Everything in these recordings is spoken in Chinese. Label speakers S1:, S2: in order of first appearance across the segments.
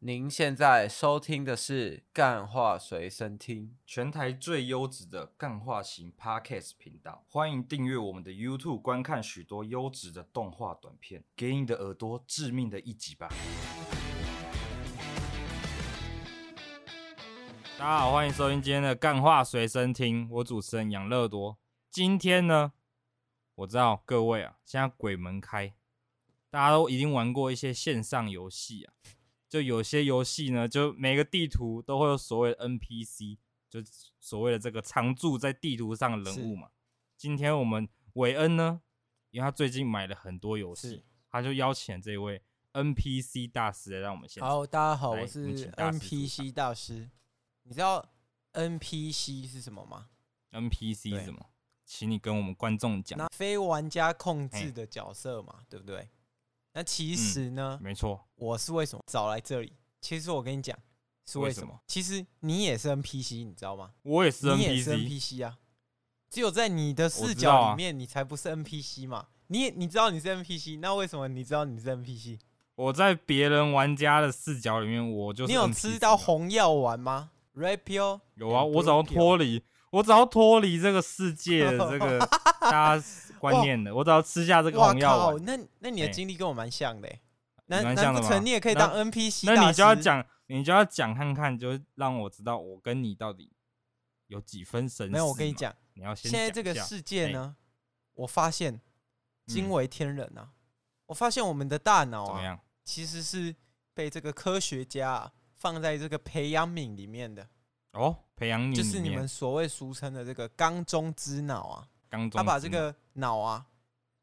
S1: 您现在收听的是《干话随身听
S2: 全台最优质的干化型 Podcast 频道，欢迎订阅我们的 YouTube，观看许多优质的动画短片，给你的耳朵致命的一击吧！大家好，欢迎收听今天的干话随身听，我主持人养乐多。今天呢，我知道各位啊，现在鬼门开，大家都已经玩过一些线上游戏啊，就有些游戏呢，就每个地图都会有所谓的 NPC，就所谓的这个常驻在地图上的人物嘛。今天我们韦恩呢，因为他最近买了很多游
S3: 是
S2: 戏，他就邀请了这位 NPC 大师来让我们现场。
S3: 好，大家好，
S2: 来我
S3: 我
S2: 们
S3: 是
S2: 请大师出
S3: NPC 大师。你知道 NPC 是什么吗？
S2: NPC
S3: 对
S2: 是什么？请你跟我们观众讲
S3: 那。非玩家控制
S2: 嘿嗯
S3: 的角色嘛，对不对？那其实呢，
S2: 没错，
S3: 我是为什么找来这里？其实我跟你讲是为
S2: 为
S3: 什
S2: 什
S3: 么
S2: 么。
S3: 其实你也是 NPC，你知道吗？
S2: 我也是
S3: 你也是
S2: NPC，
S3: NPC 啊，只有在你的
S2: 我
S3: 视
S2: 知道
S3: 角
S2: 啊
S3: 里面，你才不是 NPC 嘛。你也你知道你是 NPC，那为什么你知道你是 NPC？
S2: 我在别人玩家的视角里面，我就是
S3: 你有
S2: NPC
S3: 吃到
S2: 嘛？
S3: 红药丸吗 r a p i o
S2: 啊有啊，
S3: 嗯
S2: 我只要脱离，我只要脱离这个世界的这 个大家观念的，我只要吃下这个
S3: 哇
S2: 红药
S3: 靠，
S2: 丸，
S3: 那那你的
S2: 哎
S3: 经历跟我蛮像的欸、
S2: 蛮
S3: 难
S2: 像
S3: 难
S2: 的
S3: 不
S2: 吗
S3: 成你也可以
S2: 那
S3: 当 NPC？
S2: 那
S3: 大
S2: 你就要
S3: 师，
S2: 讲，你就要讲看看，就是让我知道我跟你到底有几分神。
S3: 没有，我跟你，讲，
S2: 你要先
S3: 现在这个
S2: 讲一下
S3: 世界
S2: 哎
S3: 呢，我发现惊
S2: 嗯
S3: 为天人啊！我发现我们的大脑
S2: 怎么
S3: 啊，
S2: 样？
S3: 其实是被这个科学家、啊、放在这个培养皿里面的，
S2: 哦，培养你
S3: 就
S2: 里
S3: 是你
S2: 面
S3: 们所谓俗称的这个缸中之脑啊。
S2: 刚中
S3: 他把
S2: 之脑
S3: 这个脑啊，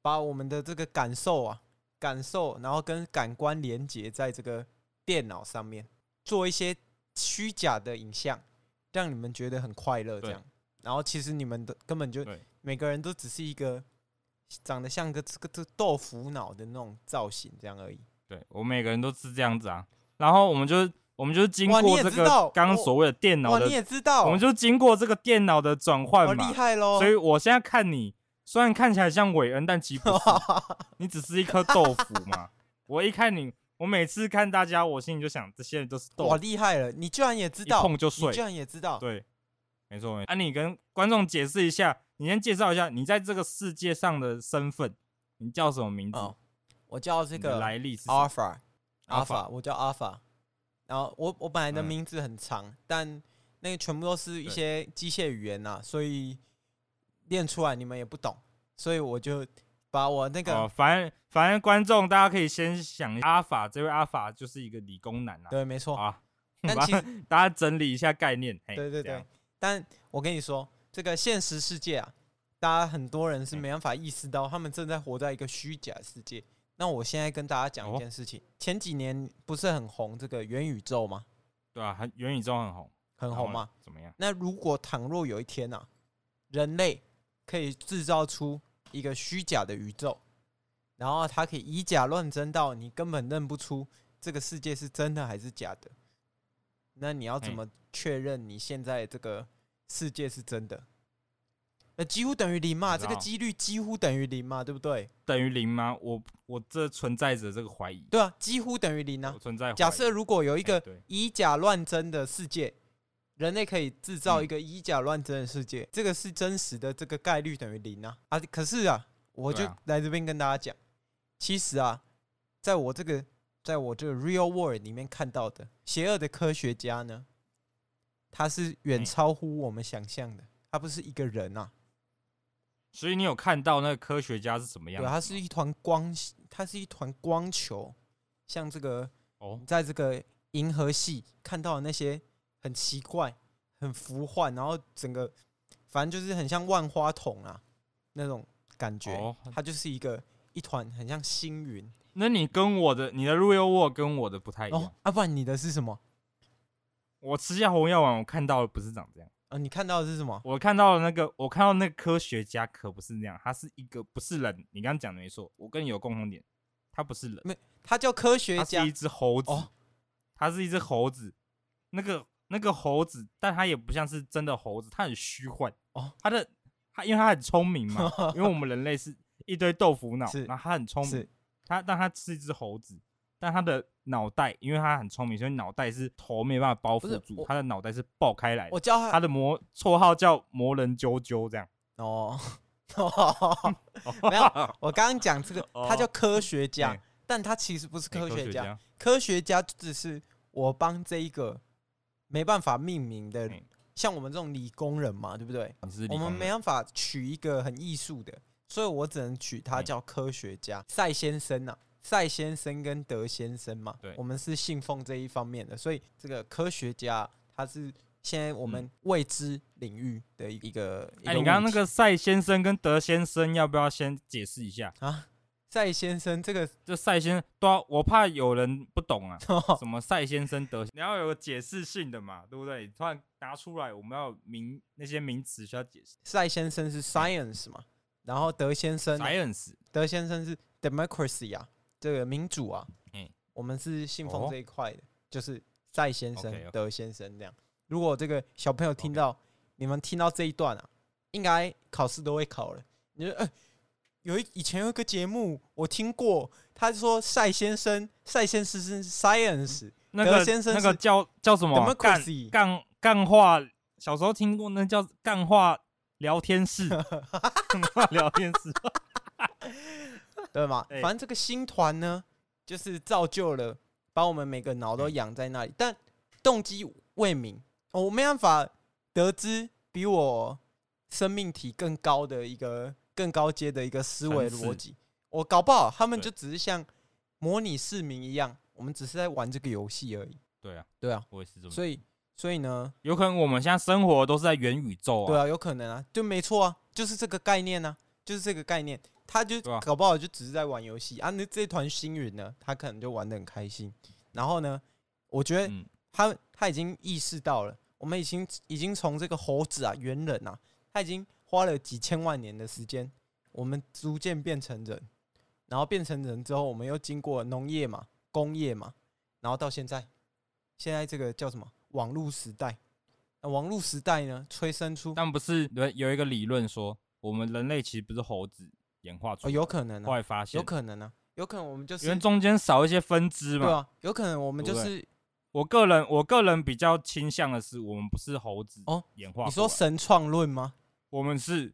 S3: 把我们的这个感受啊，感受，然后跟感官连接在这个电脑上面，做一些虚假的影像，让你们觉得很快乐这
S2: 对
S3: 样。然后其实你们的根本就
S2: 对
S3: 每个人都只是一个长得像个这个这豆腐脑的那种造型这样而已。
S2: 对我每个人都是这样子啊。然后我们就我们就经
S3: 哇你
S2: 过
S3: 也
S2: 这
S3: 知
S2: 个
S3: 道
S2: 刚刚
S3: 我
S2: 所谓的电脑
S3: 哇，
S2: 的
S3: 你，也知道，
S2: 我们就经过这个电脑的转
S3: 好
S2: 换
S3: 厉
S2: 嘛。
S3: 害哦喽！
S2: 所以我现在看你，虽然看起来像韦恩，但其实 不是，你只是一颗豆腐嘛。我一看你，我每次看大家，我心里就想，这些人都是豆
S3: 哇，
S2: 腐，
S3: 厉害了！你居然也知
S2: 一
S3: 道，
S2: 碰就
S3: 你
S2: 碎
S3: 居。然也知道，
S2: 对，没错。没错啊，你跟观众解释一下，你先介绍一下你在这个世界上的身份，你叫什么名字？
S3: 哦，我叫这
S2: 你的
S3: 个哦
S2: 来历是什么？
S3: Alpha
S2: Alpha
S3: Alpha，我叫 Alpha。然后我我本来的
S2: 嗯
S3: 名字很长，但那个全部都是一
S2: 对
S3: 些机械语言呐、所以练出来你们也不懂，所以我就把我那个、
S2: 哦，反正反正观众大家可以先想一下阿法，这位阿法就是一个理工男啊。
S3: 对，没错。
S2: 好啊，
S3: 但
S2: 把
S3: 其实
S2: 大家整理一下概念。嘿
S3: 对对
S2: 这样
S3: 对，但我跟你说，这个现实世界啊，大家很多人是
S2: 嗯
S3: 没办法意识到，他们正在活在一个虚假世界。那我现在跟大家讲
S2: 哦
S3: 一件事情，前几年不是很红这个元宇宙吗？
S2: 对啊，很元宇宙很红，
S3: 很
S2: 然
S3: 红
S2: 后
S3: 吗？
S2: 怎么样？
S3: 那如果倘若有一天啊，人类可以制造出一个虚假的宇宙，然后它可以以假乱真到你根本认不出这个世界是真的还是假的，那你要怎
S2: 嘿
S3: 么确认你现在这个世界是真的？那几乎等于零嘛，
S2: 不知
S3: 这
S2: 道
S3: 个几率几乎等于零嘛，对不对？
S2: 等于零吗？我我这存在着这个怀疑，
S3: 对啊，几乎等于零啊
S2: 我。哎存在怀疑
S3: 假设如果有一个
S2: 嘿对
S3: 以假乱真的世界，人类可以制造
S2: 嗯
S3: 一个以假乱真的世界，这个是真实的，这个概率等于零啊啊！可是啊，我
S2: 对
S3: 就
S2: 啊
S3: 来这边跟大家讲，其实啊，在我这个在我这个 real world 里面看到的邪恶的科学家呢，他是远
S2: 嗯
S3: 超乎我们想象的，他不是一个人啊，
S2: 所以你有看到那个科学家是什么样
S3: 对，
S2: 子吗？
S3: 他是一团光，他是一团光球，像这个
S2: 哦
S3: 你，在这个银河系看到的那些很奇怪、很浮幻，然后整个反正就是很像万花筒啊那种感觉。
S2: 哦
S3: 它就是一个一团很像星云。
S2: 那你跟我的你的 real world 跟我的不太一
S3: 哦
S2: 样。，
S3: 啊，不然你的是什么？
S2: 我吃下红药丸，我看到的不是长这样。
S3: 啊，你看到的是什么？
S2: 我看到了那个，我看到那个科学家可不是那样，他是一个不是人。你刚刚讲的没错，我跟你有共同点，他不是人，
S3: 它叫科学
S2: 他
S3: 家
S2: 是一只猴子
S3: 哦，
S2: 他是一只猴子。那个那个猴子，但他也不像是真的猴子，他很虚幻
S3: 哦。
S2: 他的他因为他很聪明 嘛，因为我们人类是一堆豆腐脑
S3: 是，
S2: 然后他很聪
S3: 是
S2: 明，他但他是一只猴子，但他的脑袋，因为他很聪明，所以脑袋是头没办法包
S3: 不是
S2: 覆住，
S3: 我
S2: 他的脑袋是爆开来的
S3: 我叫他
S2: 他的魔绰号叫魔人啾啾，这样。
S3: 哦，没有，我刚刚讲这个，
S2: 哦
S3: 他叫科学家
S2: 嗯，
S3: 但他其实不是
S2: 哎
S3: 科学家，
S2: 家，
S3: 科学家只是我帮这一个没办法命名的
S2: 嗯，
S3: 像我们这种理工人嘛，对不对？
S2: 你是理
S3: 我们
S2: 工的
S3: 没办法取一个很艺术的，所以我只能取他
S2: 嗯
S3: 叫科学家赛先生呐、赛先生跟德先生嘛，
S2: 对
S3: 我们是信奉这一方面的，所以这个科学家他是现在我们未知领域的一个。一
S2: 哎，你
S3: 物
S2: 刚刚那
S3: 体
S2: 个赛先生跟德先生要不要先解释一下？
S3: 啊，赛先生这个，，
S2: 这赛先对啊，我怕有人不懂啊
S3: 哦
S2: 什么赛先生德，你要有个解释性的嘛，对不对？突然拿出来，我们要有名那些名词需要解释。
S3: 赛先生是 science 嘛，然后德先生呢
S2: Science，
S3: 德先生是 democracy 啊，这个民主啊，
S2: 嗯
S3: 我们是信奉
S2: 哦
S3: 这一块的，就是赛先生、
S2: OK，OK
S3: 德先生这样。如果这个小朋友听到你们听到这一段啊，应该考试都会考了。你说，哎、有一以前有一个节目我听过，他说赛先生，赛先生是 science，
S2: 那
S3: 德
S2: 个
S3: 先生
S2: 那个
S3: 是
S2: 叫叫什么啊干
S3: democracy
S2: 干干话？小时候听过那叫干话聊天 室，干话聊天室。
S3: 对吗？
S2: 对
S3: 反正这个星团呢，就是造就了把我们每个脑都
S2: 嗯
S3: 养在那里，但动机未明，哦我没办法得知比我生命体更高的一个更高阶的一个思维
S2: 层次
S3: 逻辑。我搞不好他们
S2: 对
S3: 就只是像模拟市民一样，我们只是在玩这个游戏而已。
S2: 对啊，
S3: 对啊，
S2: 我也是这么。
S3: 所以所以呢，
S2: 有可能我们现在生活都是在元宇宙啊。
S3: 对啊，有可能啊，就没错啊，就是这个概念啊，就是这个概念，他就
S2: 对啊
S3: 搞不好就只是在玩游戏啊。那这团星云呢，他可能就玩的很开心。然后呢，我觉得
S2: 嗯，
S3: 他他已经意识到了，我们已经已经从这个猴子啊、猿人啊，他已经花了几千万年的时间，我们逐渐变成人，然后变成人之后，我们又经过农业嘛、工业嘛，然后到现在，现在这个叫什么网络时代？那网络时代呢，催生出
S2: 但不是有有一个理论说，我们人类其实不是猴子演化出
S3: 哦，
S2: 来，
S3: 有可能、
S2: 后
S3: 啊，
S2: 来发现
S3: 有，可能啊，有可能我们就是
S2: 因为中间少一些分支
S3: 对
S2: 嘛。
S3: 啊，有可能我们就
S2: 对不
S3: 是
S2: 我个人我个人比较倾向的是，我们不是猴子
S3: 哦
S2: 演化过
S3: 你说
S2: 来，
S3: 神创论吗？
S2: 我们是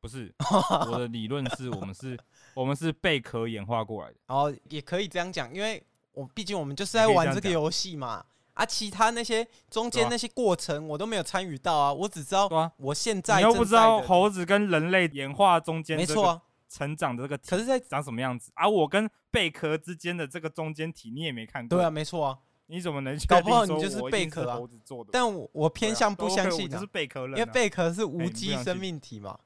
S2: 不是？ 我的理论是我们是 我们是贝壳演化过来的。
S3: 然后也可以这样讲，因为我毕竟我们就是
S2: 也
S3: 在
S2: 可以
S3: 玩
S2: 这样
S3: 这
S2: 讲
S3: 个游戏嘛。啊，其他那些中
S2: 对
S3: 间
S2: 啊
S3: 那些过程我都没有参与到啊，我只知道
S2: 对啊
S3: 我现在
S2: 你又
S3: 正
S2: 不知
S3: 在
S2: 道
S3: 的
S2: 猴子跟人类演化中间
S3: 没
S2: 这
S3: 错
S2: 个
S3: 啊。
S2: 成长的这个体
S3: 可是在，
S2: 长什么样子啊？我跟贝壳之间的这个中间体你也没看过，
S3: 对啊，没错啊，
S2: 你怎么能
S3: 搞
S2: 确
S3: 不
S2: 定
S3: 好
S2: 说
S3: 你就是
S2: 我一
S3: 贝
S2: 定
S3: 壳啊
S2: 猴子做的？
S3: 但我我偏向不相信
S2: 就
S3: 啊
S2: 是，贝壳人、
S3: 因
S2: 啊，
S3: 为贝壳是
S2: 哎
S3: 无
S2: 你不
S3: 机
S2: 相
S3: 生
S2: 信
S3: 命体嘛，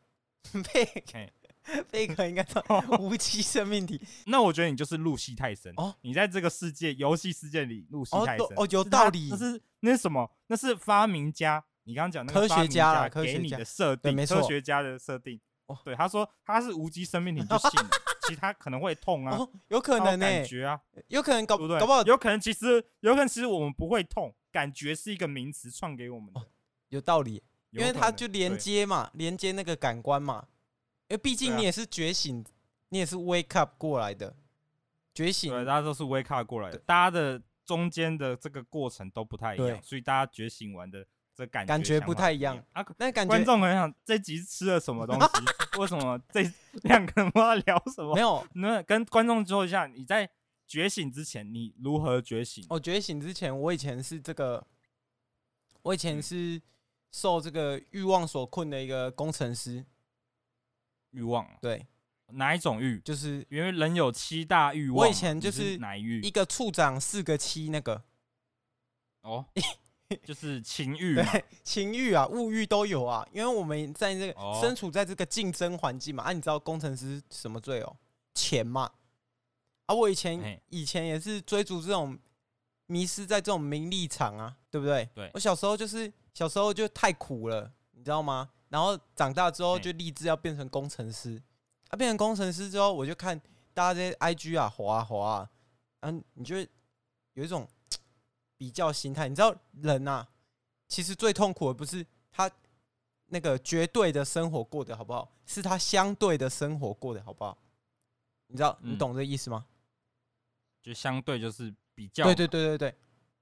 S3: 贝
S2: 哎
S3: 贝壳应该 是
S2: 哦
S3: 无机生命体
S2: 那我觉得你就是入戏太深
S3: 哦
S2: 你在这个世界游戏世界里入戏
S3: 哦
S2: 太
S3: 对
S2: 深
S3: 哦有
S2: 就是他
S3: 道理
S2: 那是那是什么？那是发明家，你刚刚讲那个
S3: 科学
S2: 发明
S3: 家啦
S2: 家
S3: 科学
S2: 给你
S3: 家
S2: 的设
S3: 对
S2: 定，
S3: 没
S2: 科
S3: 错
S2: 学家的设定
S3: 哦。
S2: 对，他说他是无机生命体，你就信 了，其他可能会痛啊，
S3: 哦，有可
S2: 它有
S3: 能呢、
S2: 感觉啊，
S3: 有可能搞
S2: 对不对？
S3: 搞不好
S2: 有可能其实有可能其实我们不会痛，感觉是一个名词创给我们的，
S3: 有道理，
S2: 有
S3: 哦因为
S2: 可
S3: 它
S2: 能
S3: 就连
S2: 对
S3: 接嘛，连接那个感官嘛。因为毕竟
S2: 对啊
S3: 你也是觉醒，你也是 wake up 过来的，觉醒
S2: 对，大家都是 wake up 过来的，大家的中间的这个过程都不太一
S3: 对
S2: 样，所以大家觉醒完的这感
S3: 感觉
S2: 觉
S3: 不太一样
S2: 想法不一样啊。
S3: 那感觉
S2: 观众很想这集吃了什么东 西？为什么这两个人不知道聊什么
S3: 没？有。
S2: 那跟观众说一下，你在觉醒之前你如何觉醒？
S3: 我觉醒之前，我以前是这个，我以前
S2: 嗯
S3: 是受这个欲望所困的一个工程师，
S2: 欲望啊
S3: 对，
S2: 哪一种欲？
S3: 就是
S2: 因为人有七大欲望嘛，
S3: 我以前就
S2: 你
S3: 是
S2: 是哪一欲
S3: 一？个处长四个七那个，
S2: 哦，就是情欲嘛。
S3: 对，情欲啊、物欲都有啊，因为我们在这个、
S2: 哦
S3: 身处在这个竞争环境嘛，啊，你知道工程师什么最有钱嘛？啊，我以前
S2: 嘿
S3: 以前也是追逐这种迷失在这种名利场啊，对不对？
S2: 对
S3: 我小时候就是小时候就太苦了，你知道吗？然后长大之后
S2: 嘿
S3: 就立志要变成工程师，啊，变成工程师之后，我就看大家在 IG 啊滑啊滑啊，啊，你就会有一种比较心态。你知道人呐、啊，其实最痛苦的不是他那个绝对的生活过得好不好，是他相对的生活过得好不好。你知道，你
S2: 嗯
S3: 懂这意思吗？
S2: 就相对就是比较
S3: 对对对对对。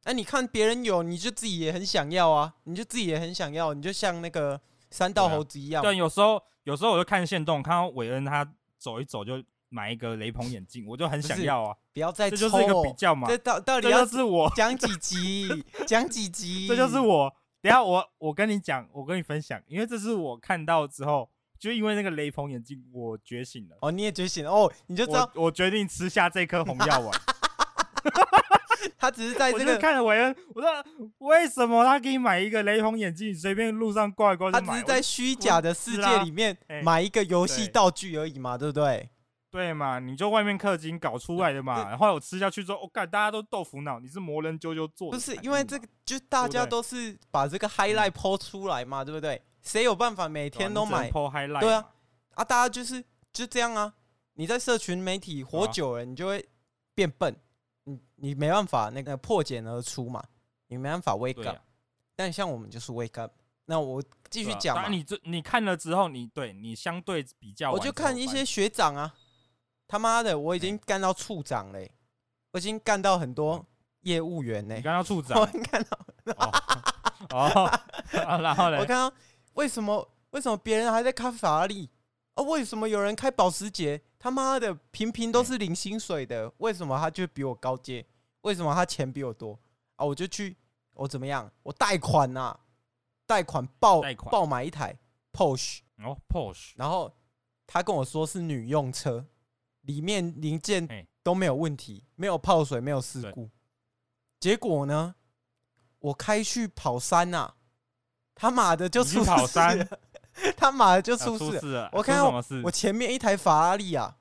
S3: 那、你看别人有，你就自己也很想要啊，你就自己也很想要，你就像那个三道
S2: 对啊
S3: 猴子一样嘛，
S2: 但有时候有时候我就看线动，看到韦恩他走一走就买一个雷朋眼镜，我就很
S3: 不
S2: 想
S3: 是
S2: 要啊，
S3: 不要再
S2: 这
S3: 抽
S2: 就是一个比
S3: 我。
S2: 较嘛，
S3: 这到到底
S2: 这
S3: 要
S2: 就是我，
S3: 讲几集？讲几 集？
S2: 这就是我。等一下我我跟你讲，我跟你分享，因为这是我看到之后，就因为那个雷朋眼镜，我觉醒了，
S3: 哦，你也觉醒了哦，你就知道
S2: 我我决定吃下这颗红药 丸。
S3: 他只是在
S2: 我
S3: 哎这
S2: 就是
S3: 个，
S2: 看了韦恩，我说为什么他给你买一个雷朋眼镜，随便路上逛一逛
S3: 他
S2: 就
S3: 只
S2: 买？
S3: 是
S2: 我
S3: 在虚假的世界里面
S2: 哎
S3: 买一个游戏
S2: 对
S3: 道具而已嘛，对不对？
S2: 对嘛，你就外面氪金搞出来的嘛。然后我吃下去之后，我、哦干，大家都豆腐脑，你是魔人啾啾做的
S3: 不
S2: 才
S3: 是
S2: 嘛，，
S3: 因为这个就大家
S2: 对不对
S3: 都是把这个 highlight 抛出来嘛，对不对？谁有办法每天都买
S2: 破 highlight，
S3: 对啊
S2: 嘛，
S3: 啊？大家就是就这样啊。你在社群媒体活
S2: 啊
S3: 久了，你就会变笨，你你没办法那个破茧而出嘛，你没办法 wake
S2: 对
S3: up
S2: 啊。
S3: 但像我们就是 wake up。那我
S2: 对
S3: 继续
S2: 啊
S3: 讲
S2: 当
S3: 嘛
S2: 然，你这你看了之后，你对你相对比较完
S3: 我
S2: 之后，
S3: 就看一些学长啊，他妈的，我已经干到处长嘞、我已经干到很多业务员嘞、
S2: 你刚刚处长
S3: 我看到，
S2: 哦，哦啊然后
S3: 我
S2: 嘞，
S3: 看到，为什么为什么别人还在开法拉利啊？为什么有人开保时捷？他妈的，平平都是领薪水的，为什么他就比我高阶？为什么他钱比我多啊？我就去，我怎么样？我贷款呐、贷款爆
S2: 贷款
S3: 爆买一台 Porsche。
S2: 哦 Porsche，
S3: 然后他跟我说是女用车，里面零件
S2: 嘿
S3: 都没有问题，没有泡水，没有事故。结果呢，我开去跑山呐、他妈的就
S2: 你去
S3: 出事
S2: 跑山
S3: 了， 他妈的就
S2: 啊
S3: 出事了。
S2: 事了，
S3: 我
S2: 出
S3: 看到
S2: 什么事
S3: 我？前面一台法拉利啊，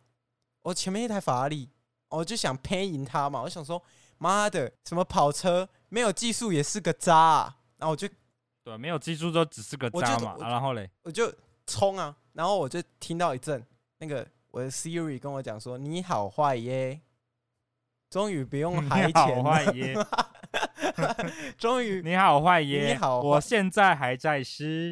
S3: 我前面一台法拉利，我就想偏赢他嘛，我想说，妈的，什么跑车没有技术也是个渣、啊，然后我就
S2: 对，没有技术都只是个
S3: 我觉
S2: 渣
S3: 得
S2: 嘛。
S3: 我
S2: 啊然后嘞，
S3: 我就冲啊，然后我就听到一阵那个我的 Siri 跟我讲说：“你好坏耶，终于不用 还
S2: 你好
S3: 钱
S2: 坏
S3: 了，
S2: 耶，
S3: 终于
S2: 你好坏耶，
S3: 你好坏
S2: 我现在还在吃。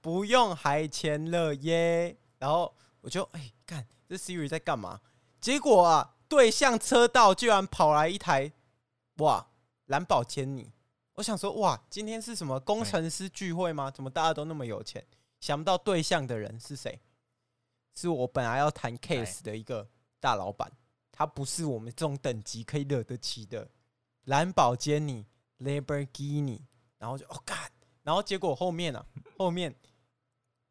S3: 不用还钱了耶。”然后我就哎，看、这 Siri 在干嘛？结果啊，对向车道居然跑来一台哇蓝宝坚尼，我想说哇，今天是什么工程师聚会吗？怎么大家都那么有钱？想不到对象的人是谁？是我本来要谈 case 的一个大老板，他不是我们这种等级可以惹得起的。蓝宝坚尼、Lamborghini，然后就哦干，然后结果后面啊， 后面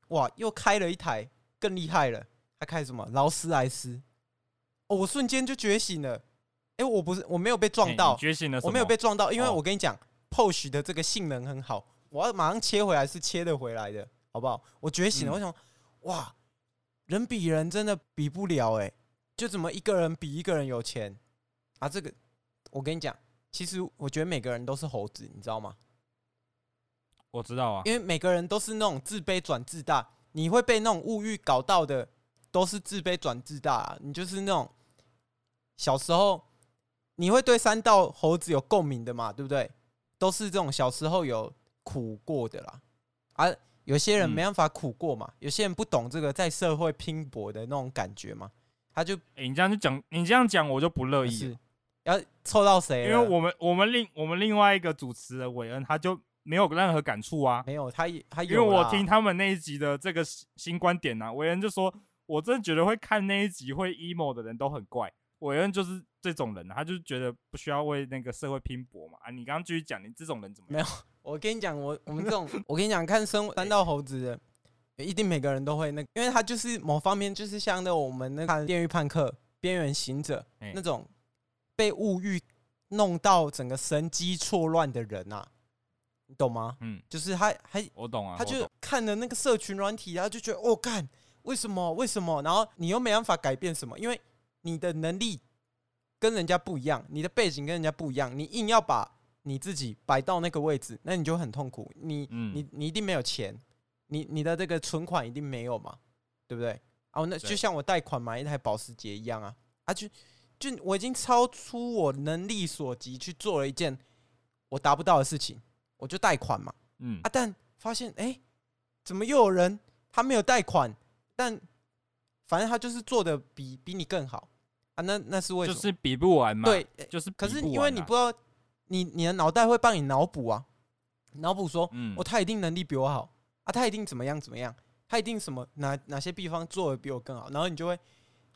S3: 哇又开了一台更厉害了，他开什么劳斯莱斯？哦，我瞬间就觉醒了。哎、我不是我没有被
S2: 嘿
S3: 撞
S2: 你
S3: 到，
S2: 觉醒了什么？
S3: 我没有被撞到，因为
S2: 哦
S3: 我跟你讲、p o s h 的这个性能很好，我要马上切回来是切得回来的，好不好？我觉醒了，
S2: 嗯
S3: 我想，哇，人比人真的比不了哎、就怎么一个人比一个人有钱啊？这个我跟你讲，其实我觉得每个人都是猴子，你知道吗？
S2: 我知道啊，
S3: 因为每个人都是那种自卑转自大，你会被那种物欲搞到的，都是自卑转自大、啊。你就是那种小时候，你会对三道猴子有共鸣的嘛，对不对？都是这种小时候有苦过的啦。啊，有些人
S2: 嗯
S3: 没办法苦过嘛，有些人不懂这个在社会拼搏的那种感觉嘛，他就
S2: 诶你这样就讲，你这样讲我就不乐
S3: 不
S2: 意了
S3: 是要凑到
S2: 哦
S3: 谁
S2: 因
S3: 了，
S2: 为我们我们另我们另外一个主持人韦恩他就没有任何感触啊，
S3: 没有他也，哎他有
S2: 因为我
S3: 啦
S2: 听他们那一集的这个新新观点啊，韦恩就说，我真的觉得会看那一集会 emo 的人都很怪，韦恩就是这种人啊，他就是觉得不需要为那个社会拼搏嘛啊，你刚刚继续讲，你这种人怎么
S3: 没有我跟你讲，我我们这 种，我跟你讲，看生三道猴子的，一定每个人都会那个，因为他就是某方面就是像那我们那看《电狱判客》《边缘行者》
S2: 哎
S3: 那种被物欲弄到整个神机错乱的人啊，你懂吗？
S2: 嗯，
S3: 就是他还
S2: 我懂啊，
S3: 他
S2: 我
S3: 就
S2: 懂
S3: 看了那个社群软体，然后就觉得哦，干为什么为什么？然后你又没办法改变什么，因为你的能力跟人家不一样，你的背景跟人家不一样，你硬要把你自己摆到那个位置，那你就很痛苦。你、
S2: 嗯
S3: 你你一定没有钱，你你的这个存款一定没有嘛，对不对？哦，那
S2: 对
S3: 就像我贷款买一台保时捷一样啊，啊就就我已经超出我能力所及去做了一件我达不到的事情，我就贷款嘛。
S2: 嗯
S3: 啊，但发现哎、诶怎么又有人他没有贷款，但反正他就是做的比比你更好，啊，那那是为什
S2: 就
S3: 么？
S2: 是比不完嘛。，
S3: 对，欸
S2: 就是比
S3: 可是
S2: 不
S3: 因为
S2: 完
S3: 你
S2: 啊
S3: 不知道，你你的脑袋会帮你脑补啊，脑补说，
S2: 嗯
S3: 哦，他一定能力比我好啊，他一定怎么样怎么样，他一定什么哪哪些地方做的比我更好，然后你就会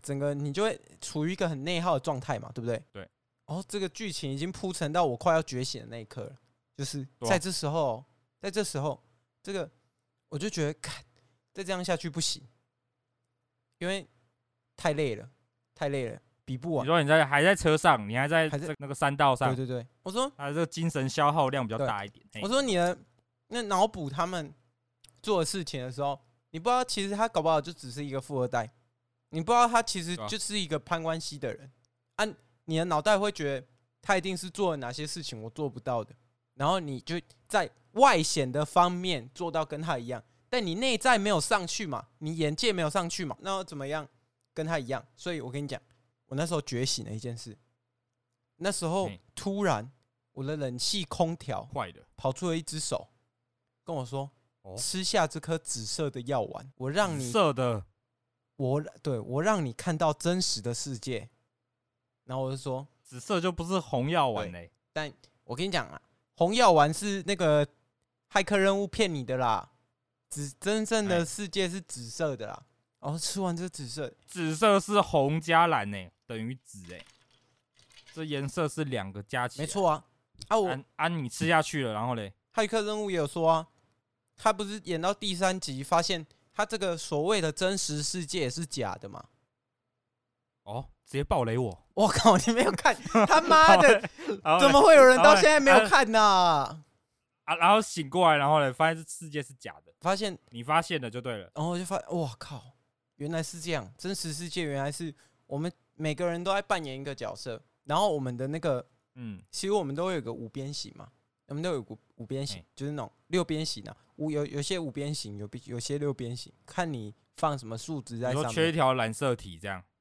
S3: 整个你就会处于一个很内耗的状态嘛，对不对？
S2: 对。
S3: 哦，这个剧情已经铺陈到我快要觉醒的那一刻了，就是
S2: 对啊
S3: 在这时候，在这时候，这个我就觉得，看再这样下去不行，因为太累了，太累了，比不
S2: 你
S3: 完。
S2: 说你在还在车上，你还在
S3: 还在
S2: 这那个山道
S3: 对
S2: 上，
S3: 对对，我说
S2: 他这个精神消耗量比较
S3: 对
S2: 大一点。嘿
S3: 我说你的那脑补他们做的事情的时候，你不知道其实他搞不好就只是一个富二代，你不知道他其实
S2: 对啊
S3: 就是一个攀关系的人。啊，你的脑袋会觉得他一定是做了哪些事情我做不到的，然后你就在外显的方面做到跟他一样，但你内在没有上去嘛，你眼界没有上去嘛，那要怎么样跟他一样？所以我跟你讲，我那时候觉醒了一件事，那时候
S2: 嘿
S3: 突然我的冷气空调
S2: 坏的，
S3: 跑出了一只手，跟我说：“
S2: 哦
S3: 吃下这颗紫色的药丸，我让
S2: 紫
S3: 你
S2: 色的，
S3: 我对我让你看到真实的世界。”然后我就说
S2: 紫色就不是红药丸欸嘞。：“
S3: 我跟你讲啊，红药丸是那个骇客任务骗你的啦，紫真正的
S2: 哎
S3: 世界是紫色的啦。”然后吃完这紫色，
S2: 紫色是红加蓝诶，等于紫诶，这颜色是两个加起来。
S3: 没。错啊，啊我
S2: 安安，你吃下去了，然后嘞，
S3: 骇客任务也有说啊，他不是演到第三集发现他这个所谓的真实世界也是假 的嘛？
S2: 哦，直接暴雷 我。
S3: 我靠，你没有看他妈的！
S2: 然后嘞
S3: 怎么会有人到现在没
S2: 然后
S3: 有
S2: 嘞
S3: 看呢、
S2: 啊？然后醒过来，然后嘞，发现这世界是假的，
S3: 发现，
S2: 你发现了就对了。
S3: 然后我就发现，哇靠，原来是这样！真实世界原来是我们每个人都在扮演一个角色，然后我们的那个，
S2: 嗯，
S3: 其实我们都会有个五边形嘛，我们都有个五边形
S2: 哎，
S3: 就是那种六边形啊，五有有些五边形，有比有些六边形，看你放什么数值
S2: 你
S3: 在
S2: 说
S3: 上
S2: 缺一
S3: 面，
S2: 条染色体这样。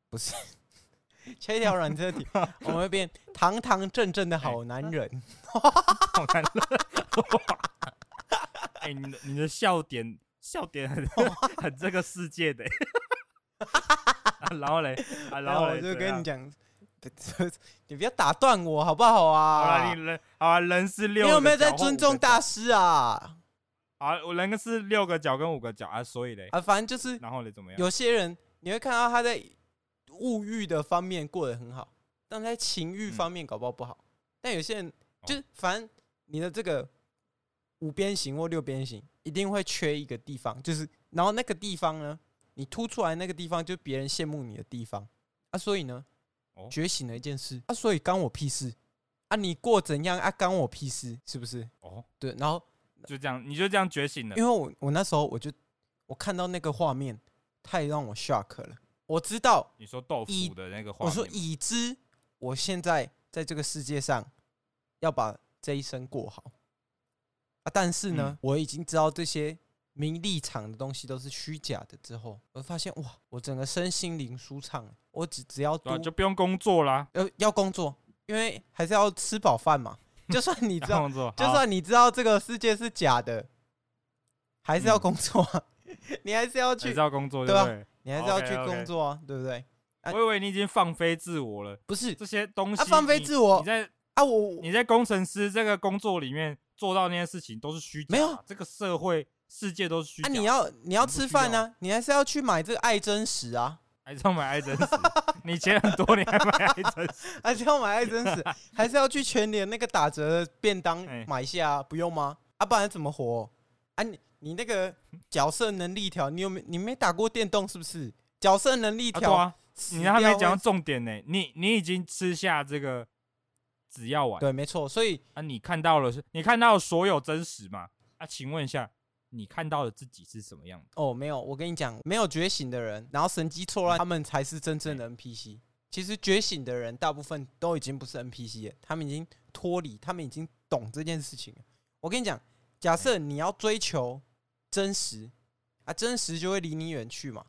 S3: 缺一条染 色体，我们会变堂堂正正的好男人。
S2: 哎好难了。 哎、你的你的笑点笑点很 很这个世界的、 啊然后嘞，啊、然
S3: 然后
S2: 后
S3: 我
S2: 嘞，
S3: 就
S2: 怎
S3: 跟
S2: 样
S3: 你。讲， 你不要打断我好不好
S2: 好
S3: 啊
S2: 了，？你人好啊，人是六个
S3: 你
S2: 角，
S3: 有没有在尊重大师啊？
S2: 好，我人是六个角跟五个角啊，所以嘞，
S3: 啊，反正就是
S2: 然后嘞怎么样？
S3: 有些人你会看到他在物欲的方面过得很好，但在情欲
S2: 嗯
S3: 方面搞不好不好。但有些人
S2: 哦
S3: 就是，反正你的这个五边形或六边形一定会缺一个地方，就是然后那个地方呢，你凸出来那个地方就是别人羡慕你的地方啊。所以呢
S2: 哦，
S3: 觉醒了一件事啊，所以干我屁事啊，你过怎样啊，干我屁事是不是？
S2: 哦，
S3: 对，然后
S2: 就这样，你就这样觉醒了
S3: 因。为我我那时候我就我看到那个画面太让我 shock 了，我知道，
S2: 你说豆
S3: 以
S2: 腐的那个画
S3: 我
S2: 面吗，
S3: 说已知我现在在这个世界上要把这一生过好啊，但是呢，
S2: 嗯
S3: 我已经知道这些名利场的东西都是虚假的之后，我发现哇，我整个身心灵舒畅了，我只只要
S2: 对啊、
S3: 读
S2: 就不用工作啦，
S3: 要要工作，因为还是要吃饱饭嘛，就算你
S2: 不
S3: 知
S2: 用
S3: 道
S2: 工作，
S3: 就
S2: 好
S3: 算你知道这个世界是假的，还是要
S2: 嗯
S3: 工作、啊， 你还是要
S2: 还
S3: 去
S2: 是，要工作，
S3: 对
S2: 不
S3: 吧
S2: 对？
S3: 你还是要去
S2: OK，OK
S3: 工作啊，对不对？啊
S2: 我以为你已经放飞自我了，
S3: 不是
S2: 这些东西
S3: 啊，放飞
S2: 你
S3: 自我
S2: 你在
S3: 啊，我
S2: 你在工程师这个工作里面做到那些事情都是虚假的，啊
S3: 没有
S2: 这个社会世界都是虚
S3: 啊，
S2: 假的。
S3: 你要你要
S2: 不
S3: 吃
S2: 需
S3: 饭
S2: 要
S3: 啊，你还是要去买这个爱真实啊，
S2: 还是要买爱真实？ 你钱很多，你还买爱真实？
S3: 还是要买爱 真实，还是要去全联那个打折的便当
S2: 哎
S3: 买一下、啊，不用吗？啊，不然怎么活啊？你你那个角色能力条，你有没你没打过电动是不是？角色能力
S2: 啊对
S3: 条，
S2: 啊，
S3: 死
S2: 你还没
S3: 掉欸
S2: 讲到
S3: 会
S2: 重点呢、你你已经吃下这个紫药丸
S3: 对，没错，所以
S2: 啊，你看到了是，你看到了所有真实嘛？啊，请问一下，你看到的自己是什么样的？
S3: 哦，没有，我跟你讲，没有觉醒的人，然后神机错乱，他们才是真正的 NPC。其实觉醒的人，大部分都已经不是 NPC 了，他们已经脱离，他们已经懂这件事情了。我跟你讲，假设你要追求真实啊，真实就会离你远去嘛，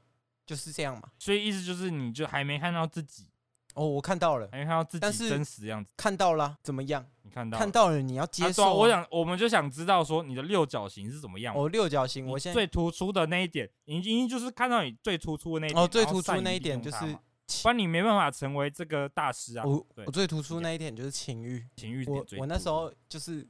S3: 就是这样嘛。
S2: 所以意思就是，你就还没看到自己，
S3: 哦，我看到了，
S2: 还没看到自
S3: 但
S2: 己
S3: 是
S2: 真实的样子。
S3: 看到了，怎么样？
S2: 你看到了
S3: 看到了，你要接
S2: 啊
S3: 受
S2: 对
S3: 啊、
S2: 啊我想，我们就想知道说你的六角形是怎么样嘛。
S3: 哦，六角形，
S2: 你
S3: 我现在
S2: 最突出的那一点，已经就是看到你最突出的那一点，
S3: 哦，最
S2: 然后
S3: 突出
S2: 善于
S3: 那一
S2: 利
S3: 点
S2: 用
S3: 就
S2: 它
S3: 是
S2: 嘛
S3: 情
S2: 不然你没办法成为这个大师啊。
S3: 我
S2: 对
S3: 我最突出那一点就是情欲，
S2: 情欲
S3: 我
S2: 点最
S3: 我那
S2: 多
S3: 时 候就是，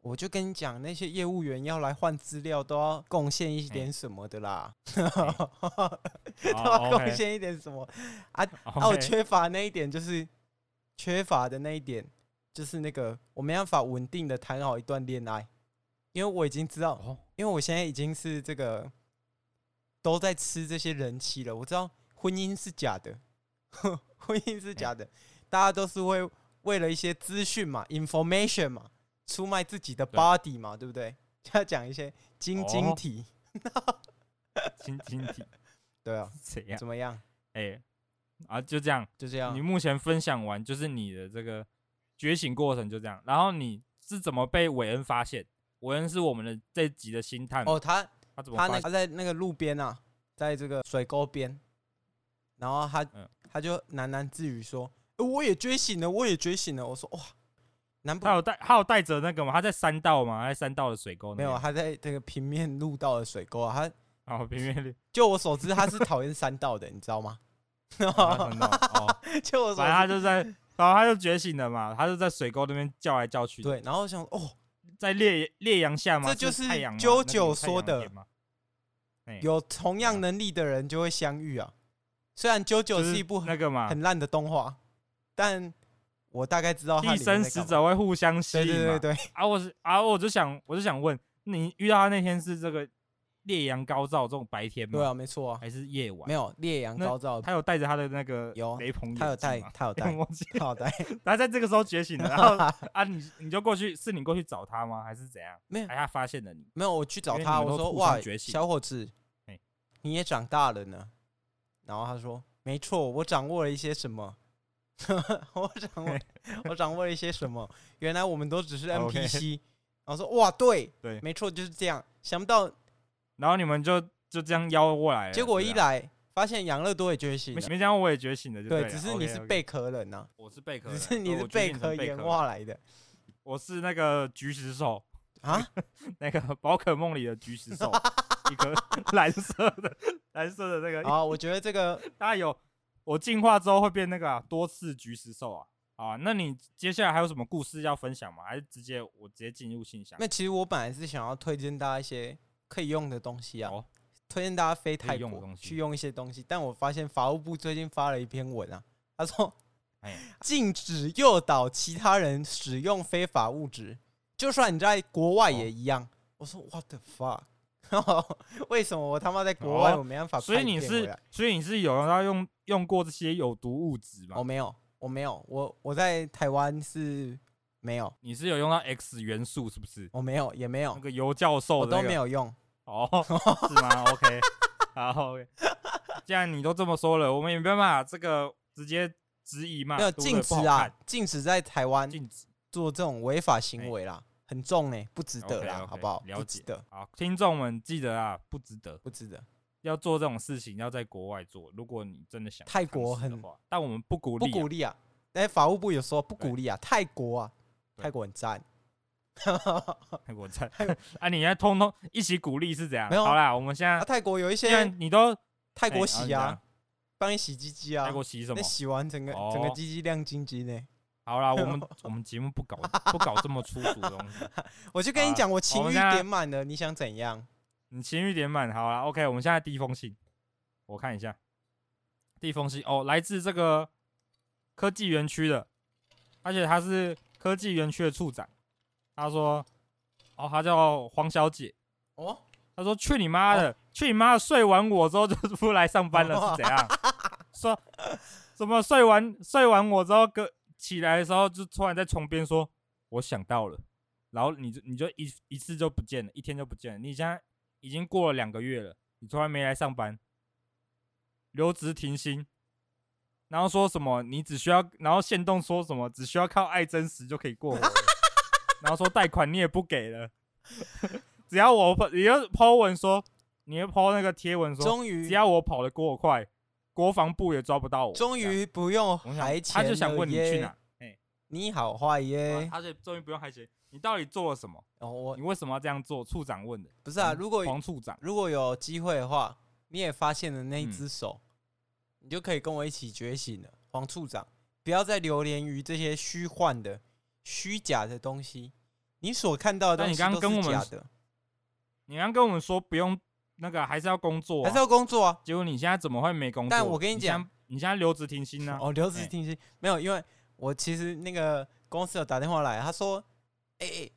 S3: 我就跟你讲，那些业务员要来换资料，都要贡献一点什么的啦， 都
S2: 哦
S3: 要贡
S2: ，OK，
S3: 献一点什么。
S2: OK
S3: 啊，我缺乏那一点就是缺乏的那一点，就是那个我没办法稳定的谈好一段恋爱，因为我已经知道，
S2: 哦
S3: 因为我现在已经是这个都在吃这些人气了，我知道婚姻是假的，婚姻是假的，大家都是会为了一些资讯嘛，information 嘛，出卖自己的
S2: 对啊
S3: body 嘛，对不对？ 要讲一些晶晶
S2: 哦
S3: 体，
S2: 亲亲体
S3: 对啊，
S2: 怎样？
S3: 怎么样？
S2: 哎，啊，就这样。
S3: 就这样
S2: 你，目前分享完就是你的这个觉醒过程，就这样。然后你是怎么被韦恩发现？韦恩是我们的这集的星探嘛，
S3: 哦，他
S2: 他怎么
S3: 他
S2: 发
S3: 那
S2: 现？
S3: 他在那个路边啊，在这个水沟边，然后他、
S2: 嗯
S3: 他就喃喃自语说、呃我也觉醒了，我也觉醒了。”我说：“哇，难不
S2: 他有带他有带着那个吗？他在山道吗？他在山道的水沟那
S3: 没有？
S2: 边？
S3: 他在这个平面路道的水沟啊，他
S2: 哦，平面里，
S3: 就我所知，他是讨厌山道的，你知道吗？
S2: 哦他山道哦，
S3: 就我所
S2: 反正他
S3: 知，
S2: 就在，然后他就觉醒了嘛，他就在水沟那边叫来叫去，
S3: 对。然后我想，哦，
S2: 嗯在烈烈阳下嘛，
S3: 这就是
S2: 太阳吗那
S3: JoJo
S2: 边有太阳
S3: 说的
S2: 天吗哎
S3: 有同样能力的人就会相遇啊。虽然《九九》
S2: 就是
S3: 一部
S2: 那
S3: 很
S2: 个啊嘛，
S3: 很烂的动画，但我大概知道他
S2: 替身使者会互相吸
S3: 对
S2: 引嘛，
S3: 对对对，
S2: 啊，我是啊，我就想，我就想问，你遇到他那天是这个烈阳高照这种白天吗？
S3: 对啊，没错啊，
S2: 还是夜晚？
S3: 没有烈阳
S2: 那
S3: 高照，
S2: 他有带着他的那个
S3: 有
S2: 雷朋，
S3: 他有带，他
S2: ，
S3: 有带
S2: 忘记，
S3: 他有带，
S2: 他在这个时候觉醒了，然 后啊，你你就过去，是你过去找他吗？还是怎样？
S3: 没有
S2: 哎，他发现了你，
S3: 没有，我去找
S2: 因为
S3: 他，
S2: 你们
S3: 我
S2: 都
S3: 说
S2: 互
S3: 哇
S2: 相觉，醒
S3: 小伙子
S2: 嘿，
S3: 你也长大了呢。然后他说，没错，我掌握了一些什么， 我掌握，我掌握了一些什么。原来我们都只是
S2: OK
S3: NPC。然后说哇，对，
S2: 对
S3: 没错，就是这样。想不到
S2: 然后你们就就这样邀过来了，
S3: 结果
S2: 对
S3: 一
S2: 啊，
S3: 来，发现养乐多也觉醒
S2: 没
S3: 了
S2: 想，没想到我也觉醒了，就
S3: 对，
S2: 了
S3: 只是你是
S2: OK，OK
S3: 贝壳人呐，
S2: 我是贝壳
S3: 只
S2: 人，
S3: 是你
S2: 对
S3: 是
S2: 我觉
S3: 贝
S2: 醒成
S3: 壳
S2: 贝
S3: 演
S2: 壳
S3: 化
S2: 人，
S3: 来的
S2: 我是那个菊石手，
S3: 啊。
S2: 那个宝可梦里的菊石兽，一 颗蓝色的蓝色的那个，
S3: 啊，我觉得这个
S2: 它有我进化之后会变那个、啊、多次菊石兽啊啊！那你接下来还有什么故事要分享吗？还是直接我直接进入信箱？
S3: 那其实我本来是想要推荐大家一些可以用的东西啊，
S2: 哦
S3: 推荐大家飞
S2: 可以
S3: 泰
S2: 用的
S3: 国
S2: 东西
S3: 去用一些东西，但我发现法务部最近发了一篇文啊，他说
S2: 哎，
S3: 禁止诱导其他人使用非法物质，就算你在国外
S2: 哦
S3: 也一样。我说 What the fuck？为什么我他妈在国外
S2: 哦
S3: 我没办法
S2: 所
S3: 拍
S2: 以你
S3: 影片回
S2: 是
S3: 来？
S2: 所以你是有要用用过这些有毒物质吗？
S3: 我哦没有，我没有，我我在台湾是没有，
S2: 你是有用到 X 元素是不是？
S3: 我没有也没有
S2: 那，个尤教授
S3: 哦我
S2: 哦的、那
S3: 都
S2: 个、
S3: 没有用。
S2: 哦，是吗？OK，好，OK。既然你都这么说了，我们也没办法这个直接质疑嘛，
S3: 没有
S2: 对不
S3: 禁
S2: 对
S3: 止，
S2: 不好
S3: 啊
S2: 看，
S3: 禁止在台湾
S2: 禁止。
S3: 做这种违法行
S2: 哎
S3: 为啦，很重呢、不值得啦
S2: OK，OK，
S3: 好不好？
S2: 了
S3: 不
S2: 解
S3: 值得，
S2: 好，听众们记得啊，不值得，
S3: 不值得。
S2: 要做这种事情要在国外做。如果你真的想
S3: 泰国
S2: 尝试的
S3: 很
S2: 话，但我们不鼓
S3: 不
S2: 励啊、
S3: 鼓励啊！哎、法务部有说不
S2: 对
S3: 鼓励啊，泰国啊，
S2: 对
S3: 泰国很 赞。
S2: 泰国菜啊，你要通通一起鼓励是怎样？
S3: 没有啊
S2: 好啦，我们现在、
S3: 啊，泰国有一
S2: 既
S3: 些
S2: 然你都
S3: 泰国
S2: 哎
S3: 洗
S2: 然后
S3: 啊，帮你洗鸡鸡
S2: 你怎样
S3: 啊
S2: 泰，国洗什么
S3: 那？洗完整个整个
S2: 哦啊
S3: 鸡鸡亮晶晶呢。
S2: 好 啦，我们我们节目不搞不搞这么粗俗的东西。
S3: 我就跟你
S2: 好啊
S3: 讲，我
S2: 我
S3: 情
S2: 们
S3: 欲
S2: 现在
S3: 点满了，你想怎样？
S2: 你情欲点满，好了，OK，我们现在第一封信，我看一下，第一封信哦，来自这个科技园区的，而且他是科技园区的处长，他说，哦，他叫黄小姐，
S3: 哦，
S2: 他说去你妈的，去你妈的，睡完我之后就不来上班了是怎样？说怎么睡完睡完我之后，哥起来的时候就突然在床边说，我想到了，然后你就你就一一次就不见了，一天就不见了。你现在已经过了两个月了，你突然没来上班，留职停薪，然后说什么你只需要，然后限动说什么只需要靠爱真实就可以过活了，然后说贷款你也不给了， 只要我跑你要 po 文说，你要 po 那个贴文说，
S3: 哦终
S2: 只
S3: 于，
S2: 要我跑得过快，国防部也抓不到我。
S3: 终
S2: 这样，
S3: 于不用
S2: 我想
S3: 还
S2: 他
S3: 钱
S2: 就想
S3: 了
S2: 问你去
S3: 耶
S2: 哪，
S3: 你好坏
S2: 啊
S3: 耶。
S2: 他就终于不用还钱，你到底做了什么？
S3: 哦，我
S2: 你为什么要这样做？处长问的。
S3: 不是啊，
S2: 嗯
S3: 如果
S2: 黄处长，嗯
S3: 如果有机会的话，你也发现了那一只手，你就可以跟我一起觉醒了，黄处长，不要再流连于这些虚幻的、虚假的东西。你所看到的
S2: 但
S3: 东
S2: 你
S3: 西
S2: 刚
S3: 都
S2: 跟我
S3: 是
S2: 们
S3: 假的，
S2: 你刚跟我们说不用那个，还是要工作、
S3: 还是要工作啊。
S2: 结果你现在怎么会没工作？
S3: 但我跟你讲
S2: 现在，你现在留职停薪呢、
S3: 哦，留职
S2: 哎
S3: 停薪没有，因为我其实那个公司有打电话来，他说，哎哎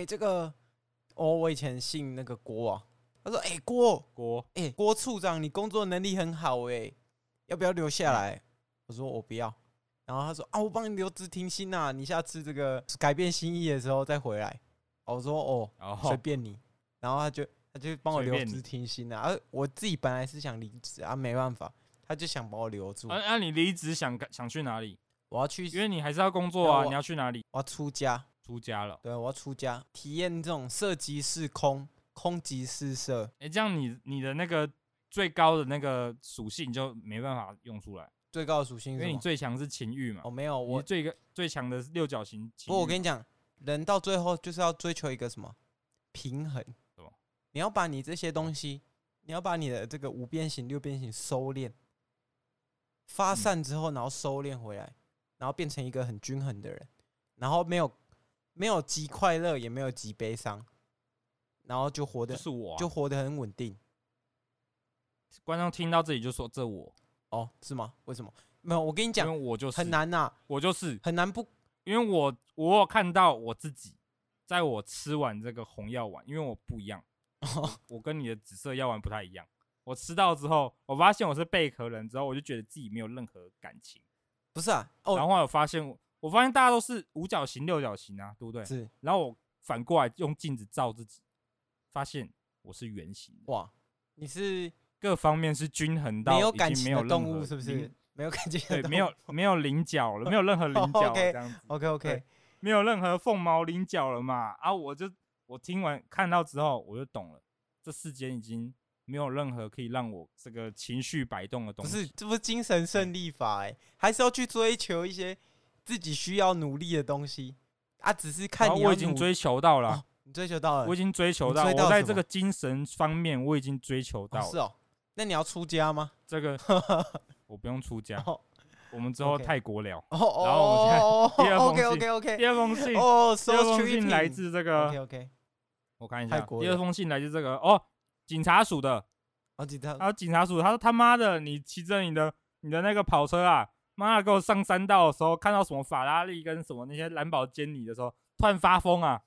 S3: 哎，这个哦，我以前姓那个郭啊，他说，哎、郭，
S2: 郭
S3: 哎、郭处长，你工作能力很好哎、要不要留下来？
S2: 嗯
S3: 我说我不要。然后他说啊，我帮你留职停薪呐、你下次这个改变心意的时候再回来。哦我说哦，随
S2: 哦，
S3: 便你。然后他就他就帮我
S2: 随
S3: 留
S2: 便
S3: 职
S2: 你
S3: 停薪啊，啊，我自己本来是想离职啊，没办法，他就想把我留住
S2: 那、。啊、你离职想想去哪里？
S3: 我要去
S2: 因为你还是要工作啊，
S3: 那我
S2: 你要去哪里？
S3: 我要出家，
S2: 出家了。
S3: 对我要出家，体验这种色即是空，空即是色。
S2: 哎、这样你你的那个最高的那个属性就没办法用出来，
S3: 最高的属性
S2: 因
S3: 是
S2: 为
S3: 什
S2: 你
S3: 么？
S2: 最强是情欲嘛
S3: 哦，，没有，
S2: 你
S3: 我
S2: 是最个最强的六角形情欲。
S3: 不，我跟你讲，人到最后就是要追求一个什么平衡
S2: 什么。
S3: 你要把你这些东西，你要把你的这个五边形、六边形收敛，发
S2: 嗯
S3: 散之后，然后收敛回来，然后变成一个很均衡的人，然后没有没有极快乐，也没有极悲伤，然后就活
S2: 就
S3: 得
S2: 是我啊、
S3: 就活得很稳定。
S2: 观众听到这里就说这我，
S3: 哦，是吗？为什么？没有，我跟你
S2: 因
S3: 讲
S2: 为，我就是
S3: 很，难呐、啊
S2: 我就是
S3: 很难不
S2: 因为我我有看到我自己，在我吃完这个红药丸，因为我不一样，
S3: 哦
S2: 我跟你的紫色药丸不太一样。我吃到之后，我发现我是贝壳人，之后我就觉得自己没有任何感情。
S3: 不是啊，
S2: 然
S3: 哦，
S2: 后我发现我，我发现大家都是五角形、六角形啊，对不对？
S3: 是
S2: 然后我反过来用镜子照自己，发现我是圆形的，
S3: 哇，你是
S2: 各方面是均衡到
S3: 没有
S2: 已
S3: 感
S2: 经没
S3: 情
S2: 有
S3: 的
S2: 任
S3: 动
S2: 何
S3: 物是不是
S2: 零？？
S3: 没有感情
S2: 对，
S3: 的 动物，
S2: 没有没有棱角了，没有任何棱角了
S3: OK
S2: 这样子。
S3: OK OK，
S2: 对没有任何凤毛麟角了嘛。啊，我就我听完看到之后，我就懂了，这世间已经没有任何可以让我这个情绪摆动的东
S3: 不
S2: 西。
S3: 是，这不是精神胜利法哎、还是要去追求一些自己需要努力的东西啊，只是
S2: 然
S3: 看
S2: 后
S3: 你
S2: 我
S3: 要
S2: 已经
S3: 努
S2: 追求到了，
S3: 哦你追求到了，
S2: 我已经追求到，
S3: 你追到
S2: 我在
S3: 什么
S2: 这个精神方面我已经追求到
S3: 哦是
S2: 了。
S3: 哦，那你要出家吗？
S2: 这 个我不用出家，
S3: 哦
S2: 我们之后
S3: OK
S2: 泰国聊。
S3: 哦
S2: 啊然后我们现在
S3: 哦
S2: 第二封
S3: ，OK
S2: 信
S3: OK OK，
S2: 第二封信，
S3: 哦
S2: 第
S3: ，so
S2: 二封信来
S3: treating，OK
S2: 自这个，
S3: OK，
S2: 我看一下，
S3: 泰国
S2: 第
S3: 人
S2: 二封信来自这个哦，警察署的，
S3: 好紧张，
S2: 然后警察叔叔他说他妈的，你骑着你的你的那个跑车啊，妈的给我上山道的时候，看到什么法拉利跟什么那些兰博基尼的时候，突然发疯啊，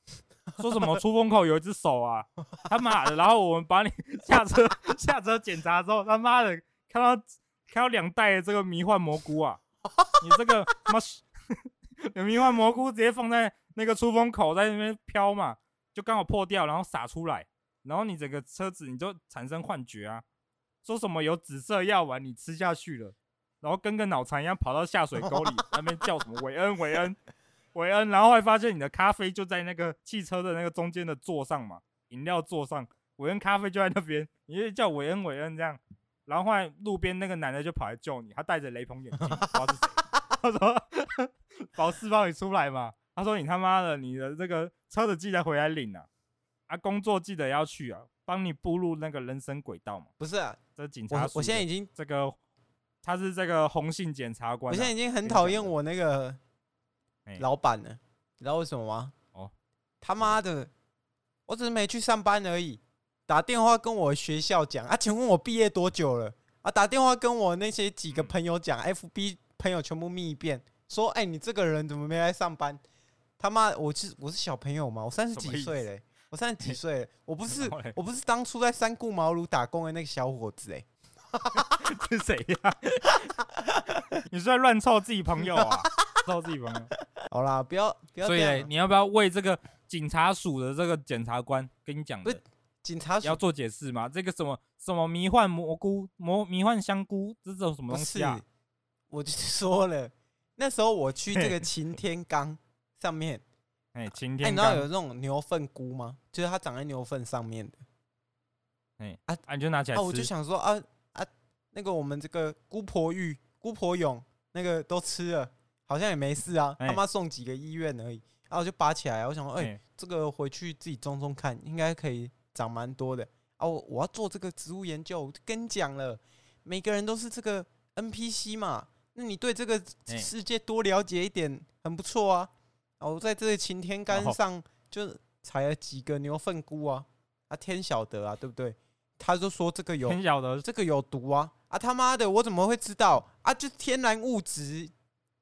S2: 说什么出风口有一只手啊，他妈的，然后我们把你下车下车检查之后，他妈的看到看到两袋的这个迷幻蘑菇啊，你这个妈你迷幻蘑菇直接放在那个出风口在那边飘嘛，就刚好破掉，然后洒出来。然后你整个车子你就产生幻觉啊，说什么有紫色药丸你吃下去了，然后跟个脑残一样跑到下水沟里那边叫什么韦恩韦恩韦恩，然后还发现你的咖啡就在那个汽车的那个中间的座上嘛，饮料座上，韦恩咖啡就在那边，你就叫韦恩韦恩这样，然后后来路边那个男的就跑来救你，他戴着雷朋眼镜，不知道是谁，他说保释帮你出来嘛，他说你他妈的你的这个车子记得回来领啊，啊工作记得要去啊，帮你步入那个人生轨道嘛。
S3: 不是啊，
S2: 这警察
S3: 我
S2: 署
S3: 我现在
S2: 的
S3: 已经
S2: 这个他是这个红杏检察官啊、
S3: 我现在已经很
S2: 跟你
S3: 讨
S2: 讲
S3: 厌
S2: 的
S3: 我那个
S2: 哎
S3: 老板了，你知道为什么吗？
S2: 哦，
S3: 他妈的，我只是没去上班而已，打电话跟我学校讲啊，请问我毕业多久了？啊，打电话跟我那些几个
S2: 嗯
S3: 朋友讲、f b 朋友全部密一遍，说，哎、你这个人怎么没来上班？他妈，我是我是小朋友嘛，我三十
S2: 什
S3: 几
S2: 么意
S3: 岁
S2: 思
S3: 嘞、我三十 几岁了，我不是
S2: 然后嘞
S3: 我不是当初在三顾茅庐打工的那个小伙子哎、
S2: 是谁呀、 你是在乱凑自己朋友啊？凑自己朋友。
S3: 好啦，不要不要
S2: 所
S3: 这
S2: 以
S3: 样
S2: 嘞
S3: 啊，
S2: 你要不要为这个警察署的这个检察官跟你讲
S3: 不
S2: 的
S3: 是警察
S2: 要
S3: 叔
S2: 做解释吗？这个什么什么迷幻蘑菇、魔迷幻香菇，这种什么
S3: 不
S2: 东
S3: 是
S2: 西啊？，
S3: 我就说了，那时候我去这个擎天岗上面，
S2: 哎，晴
S3: 哎，
S2: 天
S3: 你知道
S2: 刚
S3: 有那种牛粪菇吗？就是它长在牛粪上面的。
S2: 啊，你就拿起来
S3: 啊，我就
S2: 吃。
S3: 想说啊啊，那个我们这个姑婆芋、姑婆蛹那个都吃了，好像也没事啊，
S2: 哎
S3: 他妈送几个医院而已。啊，我就拔起来，我想说，哎，
S2: 哎，
S3: 这个回去自己种种看，应该可以长蛮多的。啊，我我要做这个植物研究，我就跟你讲了，每个人都是这个 NPC 嘛，那你对这个
S2: 哎
S3: 世界多了解一点，很不错啊。哦，我在这个擎天
S2: 哦
S3: 杆上就采了几个牛粪菇啊，啊，天晓得啊，对不对？他就说这个有
S2: 很晓得
S3: 这个有毒啊！啊他妈的，我怎么会知道啊？就天然物质，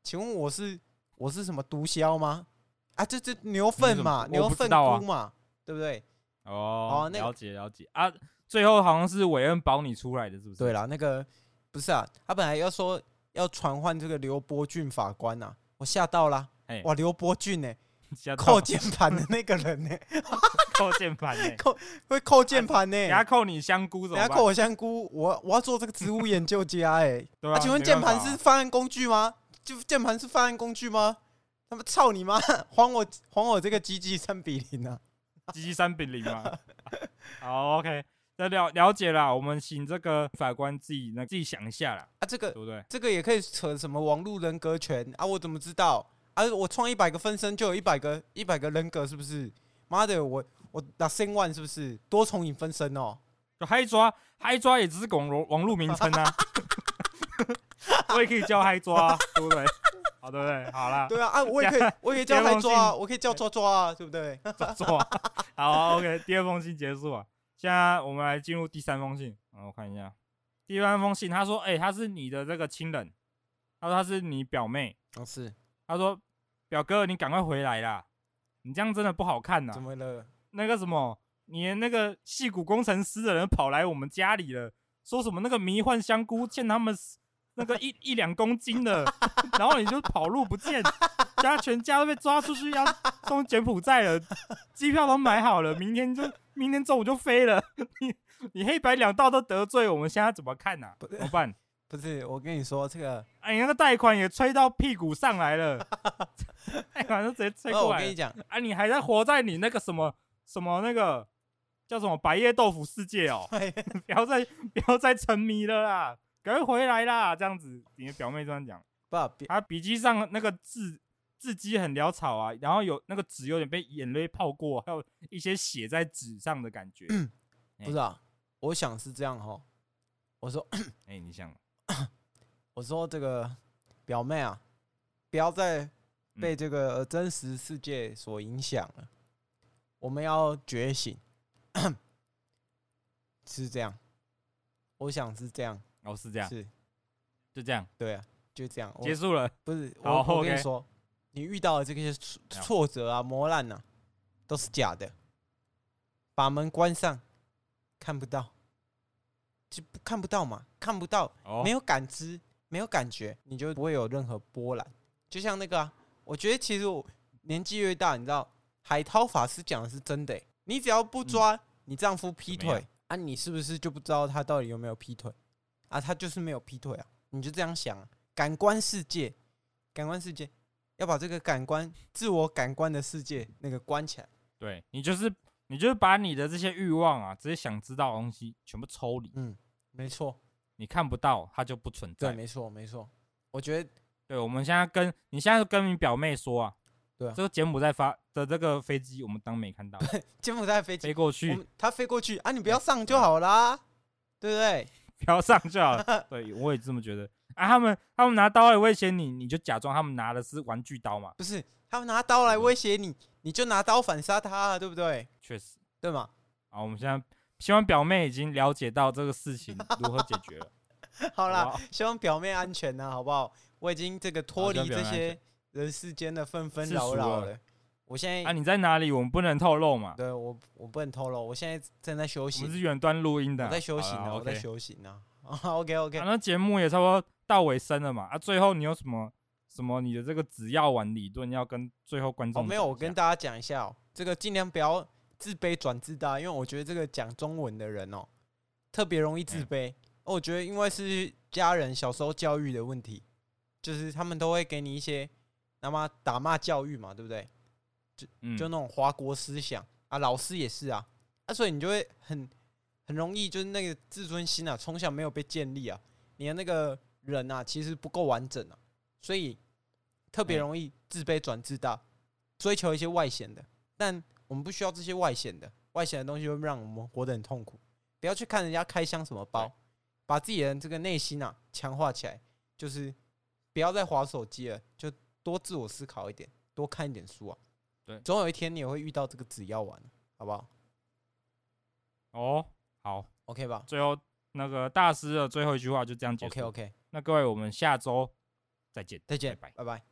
S3: 请问我是我是什么毒枭吗？啊，这这牛粪嘛，
S2: 你怎么
S3: 牛
S2: 我不知
S3: 粪
S2: 道啊
S3: 菇嘛，对不对？
S2: 哦
S3: 哦，那个
S2: 了解了解啊。最后好像是韦恩保你出来的，是不是？
S3: 对啦，那个不是啊，他本来要说要传唤这个刘伯俊法官呐、我吓到啦
S2: 哎！
S3: 哇，刘伯俊呢、
S2: 吓到，
S3: 扣键盘的那个人呢、欸
S2: 扣 键盘 呢，
S3: 会扣键盘呢、
S2: 等下扣你香菇怎
S3: 等
S2: 么
S3: 下
S2: 办
S3: 扣？我香菇，我我要做这个植物研究家哎、
S2: 对
S3: 啊，
S2: 啊，
S3: 请问
S2: 没
S3: 键
S2: 办
S3: 盘
S2: 法
S3: 是
S2: 啊
S3: 犯案工具吗？就键盘是犯案工具吗？他妈操你妈！ 还我还我这个机器三比零啊！
S2: 鸡鸡三比零嘛？ 好，OK，那了了解啦，我们请这个法官自己那自己想一下啦，
S3: 啊，这个
S2: 对不对？
S3: 这个也可以扯什么网络人格权啊？我怎么知道？啊，我创一百个分身就有一百个一百个人格，是不是？妈的，我我打千万是不是多重影分身哦？
S2: 就嗨抓，嗨抓也只是网络网络名称啊， 我也可以叫嗨抓啊，对不对？好，对不对？好啦，
S3: 对啊，啊，我 也可以，我也可以叫
S2: 别忘
S3: 来抓啊，
S2: 记
S3: 我可以叫抓抓啊，对不对？
S2: 抓抓啊，好，OK，第二封信结束啊，现在我们来进入第三封信，啊，我看一下，第三封信，他说，哎、他是你的这个亲人，他说他是你表妹，
S3: 哦，是
S2: 他说表哥，你赶快回来啦，你这样真的不好看呐、
S3: 怎么了？
S2: 那个什么，你的那个戏骨工程师的人跑来我们家里了，说什么那个迷幻香菇欠他们 s- 那个一一两公斤的， 然后你就跑路不见，家全家都被抓出去要送柬埔寨了，机票都买好了，明天就明天中午就飞了， 你你黑白两道都得罪，我们现在怎么看呐、
S3: 不
S2: 怎么办？
S3: 不是，我跟你说这个，
S2: 哎，你那个贷款也吹到屁股上来了， 贷款都直接吹
S3: 那
S2: 过
S3: 我
S2: 来
S3: 跟
S2: 了
S3: 你。讲，，
S2: 啊，你还在活在你那个什么什么那个叫什么白叶豆腐世界哦 不要再不要再沉迷了啦，赶快回来啦！这样子，你的表妹这样讲，
S3: 不别
S2: 她笔记上那个字字迹很潦草啊，然后有那个纸有点被眼泪泡过，还有一些血在纸上的感 觉。哎
S3: 不是啊，我想是这样哈。我说，
S2: 哎、你想，
S3: 我说这个表妹啊，不要再被
S2: 嗯
S3: 这个呃真实世界所影响了，我们要觉醒。 是这样，我想是这样，
S2: 哦，是这样，
S3: 是
S2: 就这样
S3: 对啊，就这样。我
S2: 结束了。
S3: 不是
S2: 好
S3: 我，我跟你
S2: OK
S3: 说，你遇到的这些挫挫折啊、磨难啊，都是假的。把门关上，看不到，就不看不到嘛，看不到，
S2: 哦
S3: 没，有感知，没有感觉，你就不会有任何波澜。就像那个、啊，我觉得其实我年纪越大，你知道，海涛法师讲的是真的欸、你只要不抓你丈夫劈
S2: 嗯怎么
S3: 腿啊，你是不是就不知道他到底有没有劈腿啊？他就是没有劈腿啊，你就这样想啊、感官世界，感官世界要把这个感官、自我感官的世界那个关起来。
S2: 对你就是你就是把你的这些欲望啊，这些想知道的东西全部抽离，
S3: 嗯，没错，
S2: 你看不到它就不存在
S3: 对，。没错，没错。我觉得
S2: 对，我们现在跟你现在就跟你表妹说啊，
S3: 对啊
S2: 这个柬埔寨发的这个飞机，我们当没看到
S3: 柬埔寨飞机
S2: 飞过
S3: 我
S2: 去，
S3: 们他飞过去啊，你不要上就好啦，对不对？
S2: 不要上就好了。对，我也这么觉得啊。他们他们拿刀来威胁你，你就假装他们拿的是玩具刀嘛。
S3: 不是，他们拿刀来威胁你，你就拿刀反杀他啊，对不对？
S2: 确实
S3: 对吗？
S2: 啊，我们现在希望表妹已经了解到这个事情如何解决了。
S3: 好啦，
S2: 好
S3: 希望表妹安全啊呐、好不好？我已经这个脱
S2: 好
S3: 离
S2: 希望
S3: 这
S2: 表妹安
S3: 些人世间的纷纷
S2: 世
S3: 扰
S2: 俗
S3: 扰
S2: 了
S3: 了。我现在、
S2: 啊，你在哪里？我们不能透露嘛。
S3: 哎对我我不能透露，我现在正在修
S2: 我们
S3: 行，
S2: 是远端录音的啊。
S3: 我在修行
S2: 好啦
S3: 啊，我在
S2: OK
S3: 修行啊。OK OK，
S2: 啊，那节目也差不多到尾声了嘛。啊，最后你有什么什么你的这个只要玩理论要跟最后观
S3: 哦，
S2: 众？
S3: 没有，我跟。大家讲一下哦，这个尽量不要自卑转自大，因为我觉得这个讲中文的人哦，特别容易自
S2: 嗯
S3: 卑。哦我觉得因为是家人小时候教育的问题，就是他们都会给你一些那么打骂教育嘛，对不对？
S2: 嗯
S3: 就那种华国思想啊，老师也是啊，啊，所以你就会很很容易就是那个自尊心啊，从小没有被建立啊，你的那个人啊，其实不够完整啊，所以特别
S2: 哎
S3: 容易自卑转自大，追求一些外显的，但我们不需要这些外显的，外显的东西会让我们活得很痛苦。不要去看人家开箱什么包
S2: 对，
S3: 把自己的这个内心啊强化起来，就是不要再划手机了，就多自我思考一点，多看一点书啊。
S2: 对
S3: 总有一天你也会遇到这个纸药丸，好不好
S2: 哦，好，
S3: ？OK 吧
S2: 最后那个大师的最后一句话就这样结束。
S3: ？OK OK，
S2: 那各位，我们下周再见，
S3: 再见，
S2: 拜拜
S3: 拜拜。